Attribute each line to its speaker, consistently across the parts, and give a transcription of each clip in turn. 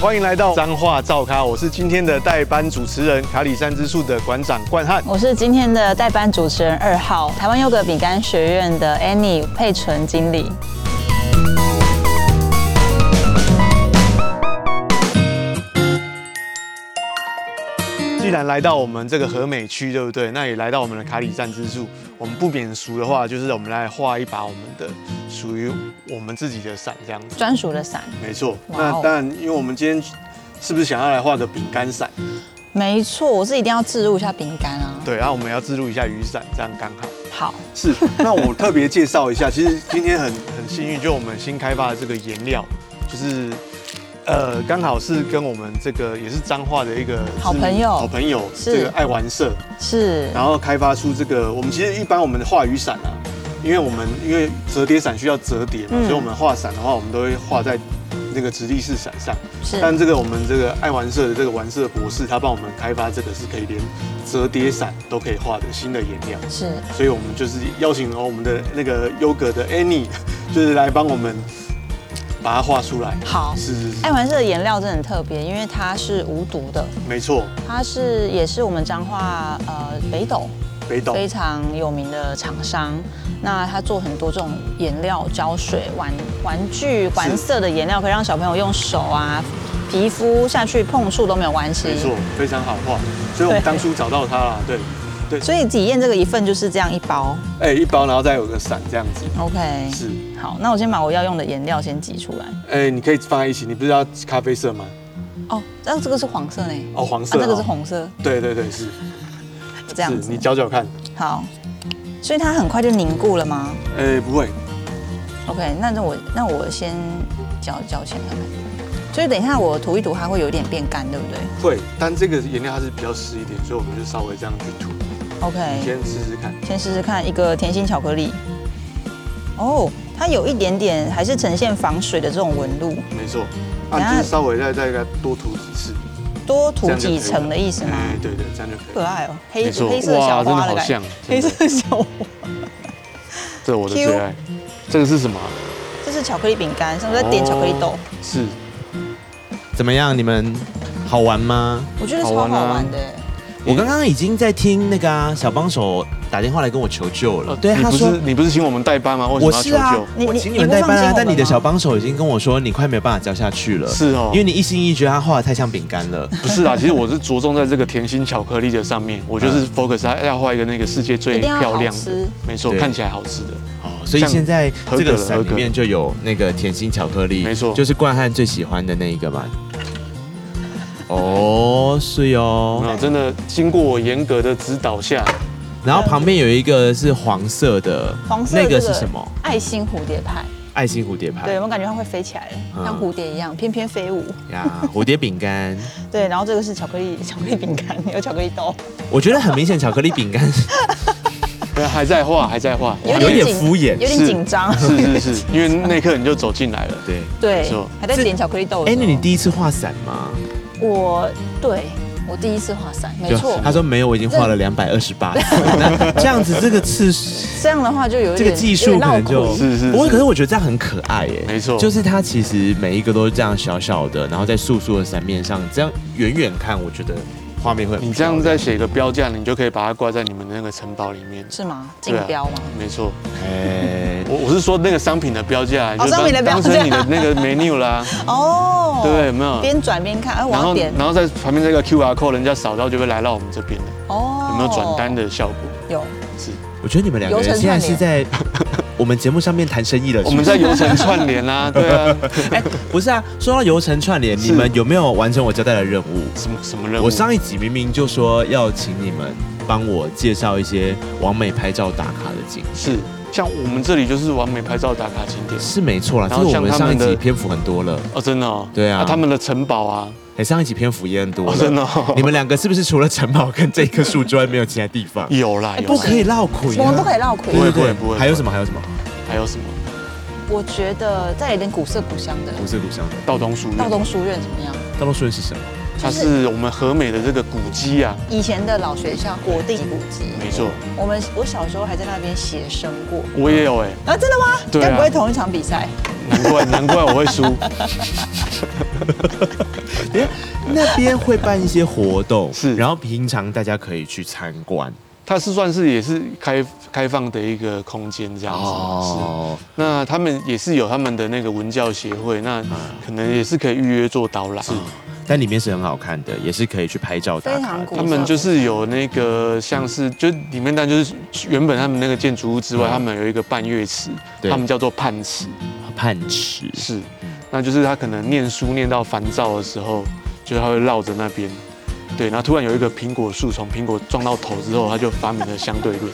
Speaker 1: 欢迎来到彰化造咖，我是今天的代班主持人卡里山之树的馆长冠汉。
Speaker 2: 我是今天的代班主持人二号，台湾优格饼干学院的 Annie 佩纯经理。
Speaker 1: 既然来到我们这个和美区，对不对？那也来到我们的卡里站之助，我们不免俗的话，就是我们来画一把我们的属于我们自己的伞，这样子。
Speaker 2: 专属的伞，
Speaker 1: 没错。
Speaker 2: 哇哦
Speaker 1: 那当然，因为我们今天是不是想要来画个饼干伞？
Speaker 2: 没错，我是一定要置入一下饼干啊。
Speaker 1: 对，然后我们要置入一下雨伞，这样刚好。
Speaker 2: 好，
Speaker 1: 是，那我特别介绍一下，其实今天很很幸运，就我们新开发的这个颜料，就是呃，刚好是跟我们这个也是彰化的一个
Speaker 2: 好
Speaker 1: 知名
Speaker 2: 朋友
Speaker 1: 好朋友
Speaker 2: 是
Speaker 1: 这个爱玩社，
Speaker 2: 是
Speaker 1: 然后开发出这个，我们其实一般我们的画雨伞啊，因为我们因为折叠伞需要折叠嘛，
Speaker 2: 嗯
Speaker 1: 所以我们画伞的话，我们都会画在那个直立式伞上。
Speaker 2: 是
Speaker 1: 但这个我们这个爱玩社的这个玩社博士，他帮我们开发这个是可以连折叠伞都可以画的新的颜料。
Speaker 2: 是，
Speaker 1: 所以我们就是邀请了我们的那个优格的 Annie，就是来帮我们把它画出来。
Speaker 2: 好哎
Speaker 1: 是是是，
Speaker 2: 爱玩社的颜料真的很特别，因为它是无毒的，
Speaker 1: 没错，
Speaker 2: 它是也是我们彰化呃北斗
Speaker 1: 北岛
Speaker 2: 非常有名的厂商。那他做很多这种颜料、胶水、玩玩具、玩色的颜料，可以让小朋友用手啊、皮肤下去碰触都没有关系。
Speaker 1: 没错，非常好画。所以我们
Speaker 2: 对
Speaker 1: 当初找到它啦，对对，
Speaker 2: 所以体验这个一份就是这样一包
Speaker 1: 哎、一包，然后再有个伞这样子。
Speaker 2: ，OK。
Speaker 1: 是，
Speaker 2: 好，那我先把我要用的颜料先挤出来。
Speaker 1: 哎、你可以放在一起。你不是要咖啡色吗？
Speaker 2: 哦，那这个是黄色呢？
Speaker 1: 哦，黄
Speaker 2: 啊，
Speaker 1: 色、
Speaker 2: 这个是。红色，
Speaker 1: 对对对，是
Speaker 2: 这样
Speaker 1: 是，
Speaker 2: 子
Speaker 1: 你。搅搅看。
Speaker 2: 好，所以它很快就凝固了吗
Speaker 1: 哎、不会，
Speaker 2: ？OK，那那我那我先搅搅起来看看。所以等一下我涂一涂，它会有一点变干，对不对
Speaker 1: 会，但这个颜料它是比较湿一点，所以我们就稍微这样去涂，
Speaker 2: ？OK，
Speaker 1: 先试试看。
Speaker 2: 先试试看一个甜心巧克力。哦，它有一点点还是呈现防水的这种纹路，
Speaker 1: 没错，啊，
Speaker 2: 等下
Speaker 1: 你就是稍微再再给它多涂几次。
Speaker 2: 多涂几层的意思吗？
Speaker 1: 哎，对对，这样就可以
Speaker 2: 可
Speaker 1: 了。
Speaker 2: 爱哦，黑
Speaker 1: 没错
Speaker 2: 黑色小
Speaker 1: 哇
Speaker 2: 花
Speaker 1: 真的
Speaker 2: 的
Speaker 1: 好
Speaker 2: 感觉
Speaker 1: 像，
Speaker 2: 黑
Speaker 1: 真的
Speaker 2: 色小花。
Speaker 1: 这我的
Speaker 2: Q
Speaker 1: 最爱。这个是什么啊？
Speaker 2: 这是巧克力饼干，上面在点巧克力豆，
Speaker 1: 是，
Speaker 3: 怎么样？你们好玩吗？
Speaker 2: 我觉得超好玩的。
Speaker 3: 我刚刚已经在听那个、啊、小帮手打电话来跟我求救
Speaker 2: 哦
Speaker 3: 了。
Speaker 2: 啊
Speaker 3: 对，
Speaker 1: 你
Speaker 3: 他
Speaker 1: 不
Speaker 3: 说
Speaker 1: 是你不是请我们代班吗？为什
Speaker 3: 我
Speaker 1: 么要求
Speaker 3: 是啊
Speaker 1: 救？，
Speaker 2: 你
Speaker 3: 我
Speaker 2: 你
Speaker 3: 请
Speaker 2: 你
Speaker 3: 你们
Speaker 2: 不
Speaker 3: 代
Speaker 2: 放
Speaker 3: 班
Speaker 2: 心我
Speaker 3: 啊，
Speaker 2: 们
Speaker 3: 但你的
Speaker 2: 吗
Speaker 3: 小帮手已经跟我说你快没有办法教下去了。
Speaker 1: 是哦
Speaker 3: 因为你一心一意觉得他画的太像饼干了。
Speaker 1: 不是啊，其实我是着重在这个甜心巧克力的上面，我就是 focus 在要画一个那个世界最
Speaker 2: 嗯欸一定要
Speaker 1: 漂
Speaker 2: 好
Speaker 1: 亮的
Speaker 2: 吃，
Speaker 1: 没错，
Speaker 3: 对
Speaker 1: 看起来好吃的。
Speaker 3: 哦，所以
Speaker 1: 像
Speaker 3: 现在
Speaker 1: 合
Speaker 3: 这
Speaker 1: 格
Speaker 3: 个
Speaker 1: 了
Speaker 3: 伞
Speaker 1: 合
Speaker 3: 里
Speaker 1: 格
Speaker 3: 面就有那个甜心巧克力，
Speaker 1: 没错
Speaker 3: 就是冠汉最喜欢的那一个嘛。哦，是哦。
Speaker 1: 那嗯真的经过我严格的指导下，
Speaker 3: 然后旁边有一个是黄色的，
Speaker 2: 黄色
Speaker 3: 那
Speaker 2: 这
Speaker 3: 个是什么？
Speaker 2: 爱心蝴蝶派，
Speaker 3: 爱心蝴蝶派。
Speaker 2: 对，我感觉它会飞起来，
Speaker 3: 嗯
Speaker 2: 像蝴蝶一样翩翩飞舞。
Speaker 3: 呀，蝴蝶饼干，
Speaker 2: 对，然后这个是巧克力巧克力饼干，有巧克力豆，
Speaker 3: 我觉得很明显，巧克力饼 干
Speaker 1: 还在画，还在画，
Speaker 2: 有
Speaker 3: 有
Speaker 2: 点
Speaker 3: 点
Speaker 2: 紧
Speaker 3: 敷衍
Speaker 2: 有点
Speaker 1: 是
Speaker 2: 紧张。
Speaker 1: 是是是，因为那一刻你就走进来了。
Speaker 3: 对。
Speaker 2: 对
Speaker 1: 没错，
Speaker 2: 还在点巧克力豆的
Speaker 3: 哎，
Speaker 2: 时候。
Speaker 3: 那你第一次画伞吗？
Speaker 2: 我对我第一次画伞，没
Speaker 3: 就
Speaker 2: 错。
Speaker 3: 他说没有，我已经画了两百二十 八。那这样子，这个次数
Speaker 2: 这样的话就有一
Speaker 3: 这个
Speaker 2: 点
Speaker 3: 技
Speaker 2: 有
Speaker 3: 术
Speaker 2: 点
Speaker 3: 可
Speaker 2: 绕
Speaker 3: 能就
Speaker 2: 口
Speaker 1: 是是
Speaker 3: 不过
Speaker 1: 是
Speaker 3: 可是我觉得这样很可爱耶，
Speaker 1: 没错
Speaker 3: 就是它其实每一个都是这样小小的，然后在素素的伞面上，这样远远看，我觉得画面会很
Speaker 1: 你这样
Speaker 3: 漂
Speaker 1: 再写一个标价，你就可以把它挂在你们的那个城堡里面。
Speaker 2: 是吗？竞
Speaker 1: 对啊
Speaker 2: 标吗？
Speaker 1: 没错，
Speaker 3: 亮哎，
Speaker 1: 我我是说那个商品的标价，
Speaker 2: 哦
Speaker 1: 就
Speaker 2: 商品的
Speaker 1: 当
Speaker 2: 标
Speaker 1: 当
Speaker 2: 价
Speaker 1: 成你的那个 menu 啦，
Speaker 2: 哦，
Speaker 1: 对不对？有没有？
Speaker 2: 边转边看，哎，我
Speaker 1: 然
Speaker 2: 要
Speaker 1: 后
Speaker 2: 点
Speaker 1: 然后在旁边这个 QR code，人家扫到就会来到我们这边了，
Speaker 2: 哦，
Speaker 1: 有没有转单？的效果？
Speaker 2: 有，
Speaker 1: 是，
Speaker 3: 我觉得你们两个人现在是在我们节目上面谈生意了，是
Speaker 1: 我
Speaker 3: 不
Speaker 1: 们
Speaker 3: 是
Speaker 1: 在游程串联 啦，对啊，
Speaker 3: 哎，不是啊，说到游程串联，
Speaker 1: 是
Speaker 3: 你们有没有完成我交代的任务？
Speaker 1: 什么什么任务？
Speaker 3: 我上一集明明就说要请你们帮我介绍一些完美拍照打卡的景，
Speaker 1: 是像我们这里就是完美拍照打卡景点
Speaker 3: 是没错啦，
Speaker 1: 然
Speaker 3: 这
Speaker 1: 后
Speaker 3: 个我
Speaker 1: 像
Speaker 3: 们
Speaker 1: 他
Speaker 3: 上
Speaker 1: 们
Speaker 3: 一
Speaker 1: 的
Speaker 3: 集篇幅很多了，
Speaker 1: 哦，真的哦，
Speaker 3: 对啊
Speaker 1: 他们的城堡啊，
Speaker 3: 哎，上一集篇幅也很多
Speaker 1: 哦
Speaker 3: 了，
Speaker 1: 真的哦
Speaker 3: 你们两个是不是除了城堡跟这棵树之外，没有其他地 方？
Speaker 1: 有啦，有
Speaker 3: 哎不
Speaker 1: 啦
Speaker 3: 可以绕口呀，
Speaker 2: 我们不可以绕口
Speaker 3: 对对
Speaker 1: 不会
Speaker 3: 对
Speaker 1: 不会不会
Speaker 3: 还有什么？还有什么？
Speaker 1: 还有什么
Speaker 2: 我觉得再来点古色古香的。
Speaker 3: 古色古香的，
Speaker 1: 道东书院？
Speaker 2: 道东书院怎么样？
Speaker 3: 道路顺是什么？
Speaker 1: 它是我们和美的这个古迹啊，
Speaker 2: 以前的老学校国定古迹，
Speaker 1: 没错，
Speaker 2: 我们我小时候还在那边写生过。
Speaker 1: 我也有哎，
Speaker 2: 啊，真的吗？
Speaker 1: 对啊
Speaker 2: 该不会同一场比赛？
Speaker 1: 难怪难怪我会输，
Speaker 3: 那边会办一些活动，
Speaker 1: 是
Speaker 3: 然后平常大家可以去参观
Speaker 1: 它是算是也是开开放的一个空间这样子。
Speaker 3: 哦
Speaker 1: 是。那他们也是有他们的那个文教协会，
Speaker 3: 嗯
Speaker 1: 那可能也是可以预约做导览。是。
Speaker 3: 但里面是很好看的，也是可以去拍照打
Speaker 2: 非
Speaker 3: 卡
Speaker 2: 常古
Speaker 3: 的。
Speaker 1: 啊他们就是有那个像是就里面，但就是原本他们那个建筑物之外，
Speaker 3: 嗯
Speaker 1: 他们有一个半月池，
Speaker 3: 对嗯
Speaker 1: 他们叫做泮池，
Speaker 3: 泮池，
Speaker 1: 是，那就是他可能念书念到烦躁的时候，就是他会绕着那边，对，然后突然有一个苹果树从苹果撞到头之后，他就发明了相对论，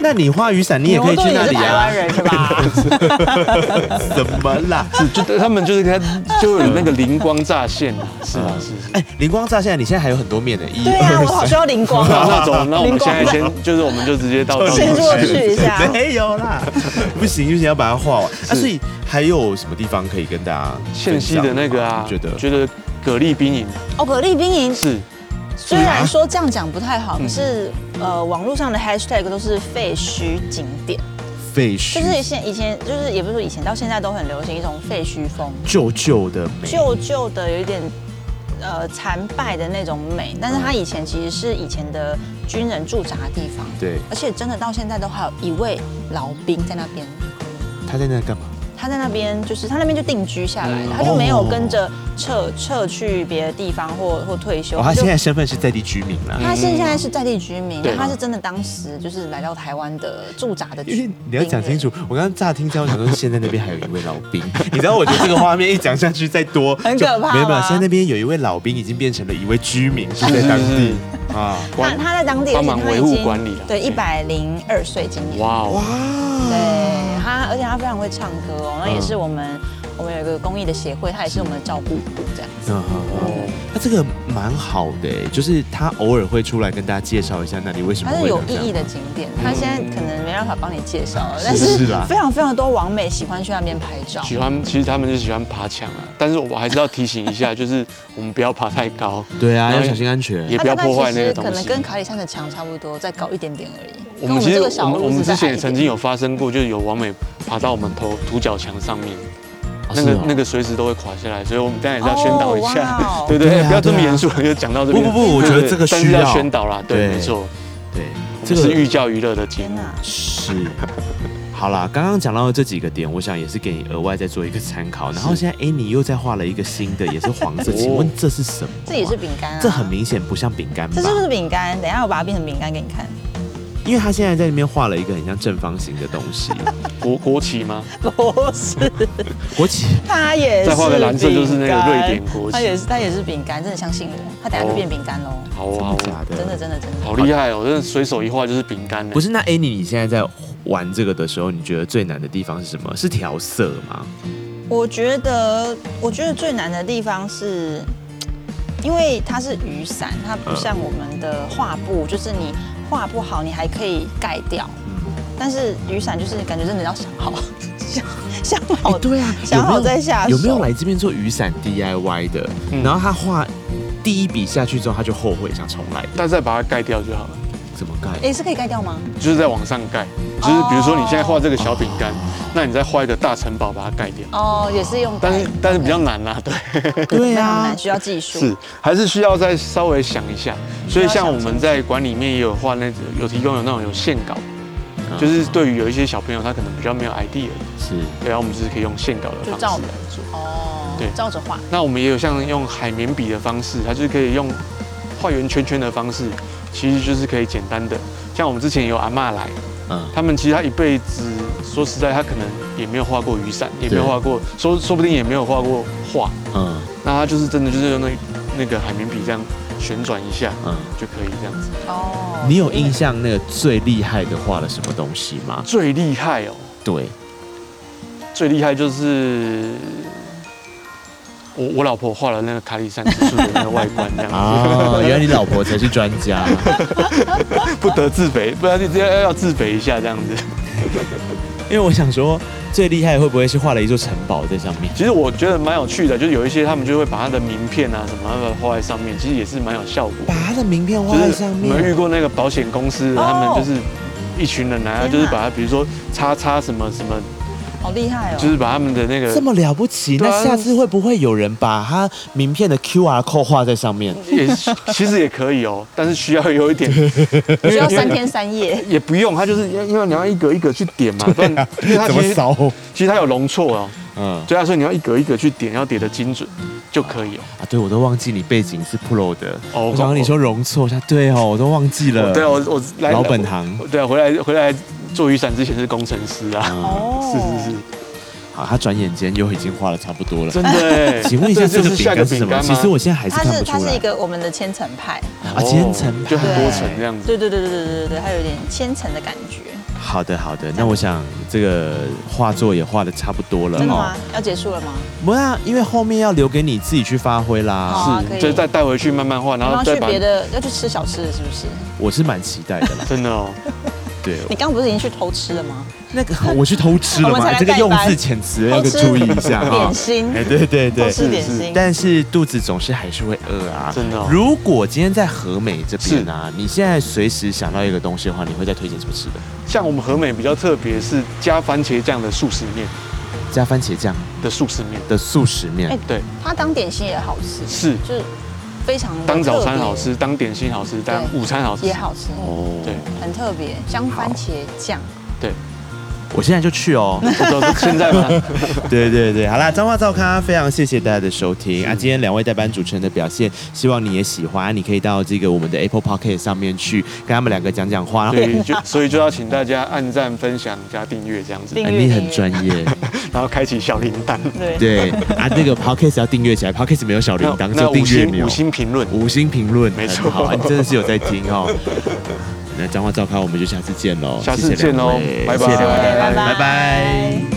Speaker 3: 那你花雨伞你也可以去那
Speaker 2: 牛顿也是
Speaker 3: 里
Speaker 2: 台
Speaker 3: 啊
Speaker 2: 湾？人是吧？
Speaker 3: 怎么啦？
Speaker 1: 是，就他们就是他就有那个灵光乍现啊，是啊，是是。
Speaker 3: 哎，灵光乍现，你现在还有很多面的，一
Speaker 2: 对啊，
Speaker 3: 二
Speaker 2: 我好
Speaker 3: 三
Speaker 2: 需要灵光
Speaker 1: 那
Speaker 2: 哦。
Speaker 1: 那 走，那我
Speaker 2: 灵
Speaker 1: 们现
Speaker 2: 光
Speaker 1: 在先，就是我们就直接到
Speaker 3: 到
Speaker 1: 到
Speaker 2: 先
Speaker 1: 底
Speaker 2: 过去一下
Speaker 3: 没有啦，不行不行，要把它画完。啊，所以还有什么地方可以跟大家
Speaker 1: 县西的那个啊，
Speaker 3: 分享吗你觉得
Speaker 1: 觉得蛤蜊冰饮
Speaker 2: 哦，蛤蜊冰营
Speaker 1: 是
Speaker 2: 虽
Speaker 1: 啊
Speaker 2: 然说这样讲不太
Speaker 1: 嗯
Speaker 2: 好，可是呃，网络上的 hashtag 都是废墟景点，
Speaker 3: 废墟
Speaker 2: 就是现以前就是也不是说以前到现在都很流行一种废墟风，
Speaker 3: 旧旧的美，
Speaker 2: 旧旧的有一点。呃，残败的那种美，但是它以前其实是以前的军人驻扎的地方，
Speaker 3: 对，
Speaker 2: 而且真的到现在都还有一位老兵在那边，
Speaker 3: 他在那干嘛？
Speaker 2: 他在那边就是他那边就定居下
Speaker 3: 嗯
Speaker 2: 来了，他就没有跟着撤撤去别的地方或或退休，
Speaker 3: 哦，他
Speaker 2: 就嗯
Speaker 3: 现在身份是在地居民啦。
Speaker 2: 他是现在是在地居民，
Speaker 1: 对
Speaker 2: 然后他是真的当时就是来到台湾的驻扎的居
Speaker 3: 因为
Speaker 2: 民。
Speaker 3: 你要讲清楚，我刚刚乍听这样，我想说现在那边还有一位老兵， 你知道，我觉得这个画面一讲下去再多，
Speaker 2: 很
Speaker 3: 就
Speaker 2: 可怕
Speaker 3: 没有没有，
Speaker 2: 吗
Speaker 3: 现在那边有一位老兵已经变成了一位居民，是在当地
Speaker 1: 嗯
Speaker 3: 啊，
Speaker 2: 他他在当地
Speaker 1: 帮
Speaker 2: 而且
Speaker 1: 忙
Speaker 2: 他
Speaker 1: 维
Speaker 2: 已
Speaker 1: 护
Speaker 2: 经
Speaker 1: 管理啦
Speaker 2: 对，一百零二岁今年。
Speaker 1: 哇哦，嗯
Speaker 2: 对他，而且他非常会唱歌哦，那也是我们我们有一个公益的协会，他也是我们的照顾部这样子。
Speaker 3: 嗯嗯嗯，那这个蛮好的，就是他偶尔会出来跟大家介绍一下那里为什么
Speaker 2: 它是
Speaker 3: 会
Speaker 2: 有
Speaker 3: 长这
Speaker 2: 意
Speaker 3: 样
Speaker 2: 义的景点，他现在可能没办法帮你介绍了，但
Speaker 3: 是
Speaker 2: 是
Speaker 3: 啦
Speaker 2: 非常非常多网美喜欢去那边拍照。
Speaker 1: 喜欢，其实他们就喜欢爬墙啊。但是我还是要提醒一下，就是我们不要爬太 高。
Speaker 3: 对啊，
Speaker 1: 然
Speaker 3: 要
Speaker 1: 后
Speaker 3: 小心安全
Speaker 1: 也。
Speaker 2: 它
Speaker 1: 不要
Speaker 2: 大概
Speaker 1: 破坏
Speaker 2: 其
Speaker 1: 那个
Speaker 2: 实
Speaker 1: 东
Speaker 2: 可能
Speaker 1: 西
Speaker 2: 跟卡里山的墙差不多，再高一点点而已。
Speaker 1: 我
Speaker 2: 跟
Speaker 1: 们其实
Speaker 2: 这个
Speaker 1: 我
Speaker 2: 小
Speaker 1: 们
Speaker 2: 路
Speaker 1: 我们
Speaker 2: 是
Speaker 1: 之
Speaker 2: 再
Speaker 1: 前
Speaker 2: 矮
Speaker 1: 也
Speaker 2: 一
Speaker 1: 曾
Speaker 2: 点
Speaker 1: 经有发生过，就是有王美爬到我们头独角墙上面，那
Speaker 3: 是
Speaker 1: 个
Speaker 3: 哦
Speaker 1: 那个随时都会垮下来，所以我们当然也是要宣导一下
Speaker 2: 哦哇哦，
Speaker 1: 对对
Speaker 3: 对啊
Speaker 1: 对，不要这么
Speaker 3: 对啊
Speaker 1: 严肃，就讲到这边。
Speaker 3: 不不不我觉得
Speaker 1: 对
Speaker 3: 这个
Speaker 1: 但
Speaker 3: 需
Speaker 1: 是
Speaker 3: 要
Speaker 1: 要宣导啦，对，
Speaker 3: 对
Speaker 1: 没错，
Speaker 3: 对，
Speaker 1: 这个是寓教于乐的节
Speaker 2: 天
Speaker 1: 目
Speaker 2: 哪、，
Speaker 3: 是。好啦，刚刚讲到这几个点，我想也是给你额外再做一个参考。然后现在 Annie 又再画了一个新的，也是黄色，
Speaker 1: 哦
Speaker 3: 请问这是什么啊？
Speaker 2: 这也是饼干啊，
Speaker 3: 这很，明显不像饼干吧
Speaker 2: 这？是不是饼干？等一下我把它变成饼干给你 看。
Speaker 3: 因为他现在在里面画了一个很像正方形的东 西，
Speaker 1: 国国旗吗？哦
Speaker 2: 不是，
Speaker 3: 国旗。
Speaker 2: 它也是。
Speaker 1: 再画个蓝色就是那个瑞典国旗
Speaker 2: 它也是，它也是饼干，真的相信我，它等一下就变饼干喽。
Speaker 1: 好啊，好
Speaker 3: 真的
Speaker 1: 啊
Speaker 3: 假的？
Speaker 2: 真的真的真的，
Speaker 1: 好厉害哦！真的随手一画就是饼干呢。欸
Speaker 3: 不是，那 Annie，你现在在玩这个的时候，你觉得最难的地方是什么？是调色吗？
Speaker 2: 我觉得，我觉得最难的地方是，因为它是雨伞，它不像我们的画布，就是你画不好，你还可以盖掉。
Speaker 1: 嗯
Speaker 2: 但是雨伞就是感觉真的要想好， 想想好，
Speaker 3: 对啊，
Speaker 2: 想好再下手。
Speaker 3: 有没有来这边做雨伞 DIY 的？
Speaker 1: 嗯
Speaker 3: 然后他画第一笔下去之后，他就后悔想重来，
Speaker 1: 但再把它盖掉就好了，
Speaker 3: 怎么盖？
Speaker 2: 诶，是可以盖掉吗？
Speaker 1: 就是在往上盖，就是
Speaker 2: 哦
Speaker 1: 比如说你现在画这个小饼干，那你再画一个大城堡把它盖掉。
Speaker 2: 哦，也是用盖，
Speaker 1: 但是但是比较难啦，对，
Speaker 3: 对
Speaker 2: 非常
Speaker 3: 啊
Speaker 2: 难，，需要技术。
Speaker 1: 是还是需要再稍微想一下。所以像我们在馆里面也有画那有提供有那种有线稿，嗯
Speaker 3: 嗯
Speaker 1: 就是对于有一些小朋友他可能比较没有 idea，
Speaker 3: 是
Speaker 1: 对啊，我们就是可以用线稿的
Speaker 2: 就
Speaker 1: 方
Speaker 2: 照
Speaker 1: 式
Speaker 2: 着
Speaker 1: 来做。
Speaker 2: 哦，
Speaker 1: 对
Speaker 2: 照着画。
Speaker 1: 那我们也有像用海绵笔的方式，它就是可以用画圆圈圈的方式，其实就是可以简单的。像我们之前有阿嬷来，
Speaker 3: 嗯，
Speaker 1: 他们其实他一辈子，说实在，他可能也没有画过雨伞，也没有
Speaker 3: 对
Speaker 1: 画过，说说不定也没有画过画。
Speaker 3: 嗯
Speaker 1: 那他就是真的就是用那那个海绵笔这样旋转一下
Speaker 3: 嗯，
Speaker 1: 就可以这样子。
Speaker 2: 哦，
Speaker 3: 你有印象那个最厉害的画了什么东西吗？
Speaker 1: 最厉害哦，
Speaker 3: 对，
Speaker 1: 最厉害就是我我老婆画了那个卡里山之树的那个外观这样 子，
Speaker 3: 哦，原来你老婆才是专 家。
Speaker 1: 不得自肥，不然就要要自肥一下这样子。
Speaker 3: 因为我想说，最厉害会不会是画了一座城堡在上面？
Speaker 1: 其实我觉得蛮有趣的，就是有一些他们就会把他的名片啊什么他们画在上面，其实也是蛮有效果。
Speaker 3: 把他的名片画
Speaker 1: 就
Speaker 3: 在
Speaker 1: 是
Speaker 3: 上
Speaker 1: 我们
Speaker 3: 面，
Speaker 1: 遇过那个保险公司的，
Speaker 2: 哦
Speaker 1: 他们就是一群人来，
Speaker 2: 天哪
Speaker 1: 就是把它比如说叉叉什么什么
Speaker 2: 好厉害哦！
Speaker 1: 就是把他们的那个
Speaker 3: 这么了不起，
Speaker 1: 对啊
Speaker 3: 那下次会不会有人把他名片的 QR code 画在上面？
Speaker 1: 也其实也可以哦，但是需要有一点，需
Speaker 2: 需要三天三夜，
Speaker 1: 也不用，它就是因为因为你要一格一格去点嘛，不然因为它其实
Speaker 3: 啊扫？
Speaker 1: 其实它有容错哦，
Speaker 3: 嗯
Speaker 1: 对啊，所以你要一格一格去点，要点的精准就可以哦。
Speaker 3: 啊，对，我都忘记你背景是 Pro 的。
Speaker 1: 哦
Speaker 3: 我想到你说容错，我想对哦，我都忘记了。
Speaker 1: 对啊，我我来
Speaker 3: 老本行。
Speaker 1: 对啊，回来回来做雨伞之前是工程师啊，
Speaker 3: 嗯，
Speaker 2: 哦，
Speaker 1: 是是是，
Speaker 3: 好，啊他转眼间又已经画的差不多了。
Speaker 1: 真的耶。
Speaker 3: 请问一下，
Speaker 1: 这
Speaker 3: 这
Speaker 1: 就
Speaker 3: 个
Speaker 1: 是
Speaker 3: 饼
Speaker 1: 下个
Speaker 3: 干是什
Speaker 1: 饼
Speaker 3: 么？
Speaker 1: 干
Speaker 3: 其
Speaker 1: 吗？
Speaker 3: 实我现在还是
Speaker 2: 它
Speaker 3: 看
Speaker 2: 是
Speaker 3: 不
Speaker 2: 它
Speaker 3: 出
Speaker 2: 是
Speaker 3: 来
Speaker 2: 一个我们的千层派，
Speaker 3: 啊，千层
Speaker 1: 哦
Speaker 3: 派
Speaker 1: 就很多层这样子。
Speaker 2: 对对对对对对对，它有点千层的感觉，
Speaker 3: 好的，好的，那我想这个画作也画的差不多了
Speaker 2: 真的
Speaker 3: 哦
Speaker 2: 吗。？要结束了吗？
Speaker 3: 不啊，因为后面要留给你自己去发挥啦
Speaker 2: 好。啊可
Speaker 1: 是，
Speaker 2: 以
Speaker 1: 就再带回去慢慢画，然
Speaker 2: 然
Speaker 1: 后
Speaker 2: 后
Speaker 1: 再
Speaker 2: 去
Speaker 1: 把
Speaker 2: 别的要去吃小吃了是不是？
Speaker 3: 我是蛮期待的啦。
Speaker 1: 真的哦，
Speaker 3: 对，
Speaker 2: 你刚刚不是已经去偷吃了吗？
Speaker 3: 那个我去偷吃了
Speaker 2: 我们
Speaker 3: 嘛
Speaker 2: 才，来
Speaker 3: 这个
Speaker 2: 代
Speaker 3: 用
Speaker 2: 班
Speaker 3: 字遣词要
Speaker 2: 偷吃
Speaker 3: 注意一下哈
Speaker 2: 点。心，
Speaker 3: 哎，对对
Speaker 2: 偷
Speaker 3: 对，
Speaker 2: 吃点
Speaker 1: 是是
Speaker 2: 心，
Speaker 3: 但是肚子总是还是会饿啊。
Speaker 1: 真的哦
Speaker 3: 如果今天在和美这边啊，你现在随时想到一个东西的话，你会再推荐什么吃的？
Speaker 1: 像我们和美比较特别是加番茄酱的素食面
Speaker 3: 加番茄酱
Speaker 1: 的素食面，
Speaker 3: 的素食面
Speaker 2: 哎，
Speaker 1: 对，
Speaker 2: 它当点心也好吃，
Speaker 1: 是
Speaker 2: 就是非常的
Speaker 1: 当早餐
Speaker 2: 特别
Speaker 1: 好，吃，当点心好吃，当午餐好吃
Speaker 2: 也，好吃，
Speaker 3: 哦
Speaker 1: 对
Speaker 2: 很特别，香番茄酱。
Speaker 1: 对，
Speaker 3: 我现在就去 哦。
Speaker 1: 不知道是现在吗？
Speaker 3: 对对对，好啦，彰化照咖，非常谢谢大家的收听啊！今天两位代班主持人的表现，希望你也喜欢。你可以到这个我们的 Apple p o c k e t 上面去跟他们两个讲讲话。然后
Speaker 1: 对，就所以就要请大家按赞、分享、加订阅这样子，
Speaker 2: 订
Speaker 3: 哎，
Speaker 2: 阅
Speaker 3: 你很专业，
Speaker 1: 然后开启小铃铛。
Speaker 2: 对，
Speaker 3: 对啊，那个 podcast 要订阅起来，podcast 没有 小铃铛，
Speaker 1: 那
Speaker 3: 就
Speaker 1: 五
Speaker 3: 订阅
Speaker 1: 星
Speaker 3: 钮
Speaker 1: 五。星评论，
Speaker 3: 五星评论，
Speaker 1: 没错
Speaker 3: 很好，啊你真的是有在听哦。 那彰化照咖，我们就下次见喽，
Speaker 1: 下次
Speaker 3: 谢谢
Speaker 1: 见
Speaker 3: 两
Speaker 1: 喽哦
Speaker 3: 位
Speaker 1: 拜拜
Speaker 3: 谢谢两位代
Speaker 2: 拜
Speaker 3: 班
Speaker 2: 拜
Speaker 3: 拜拜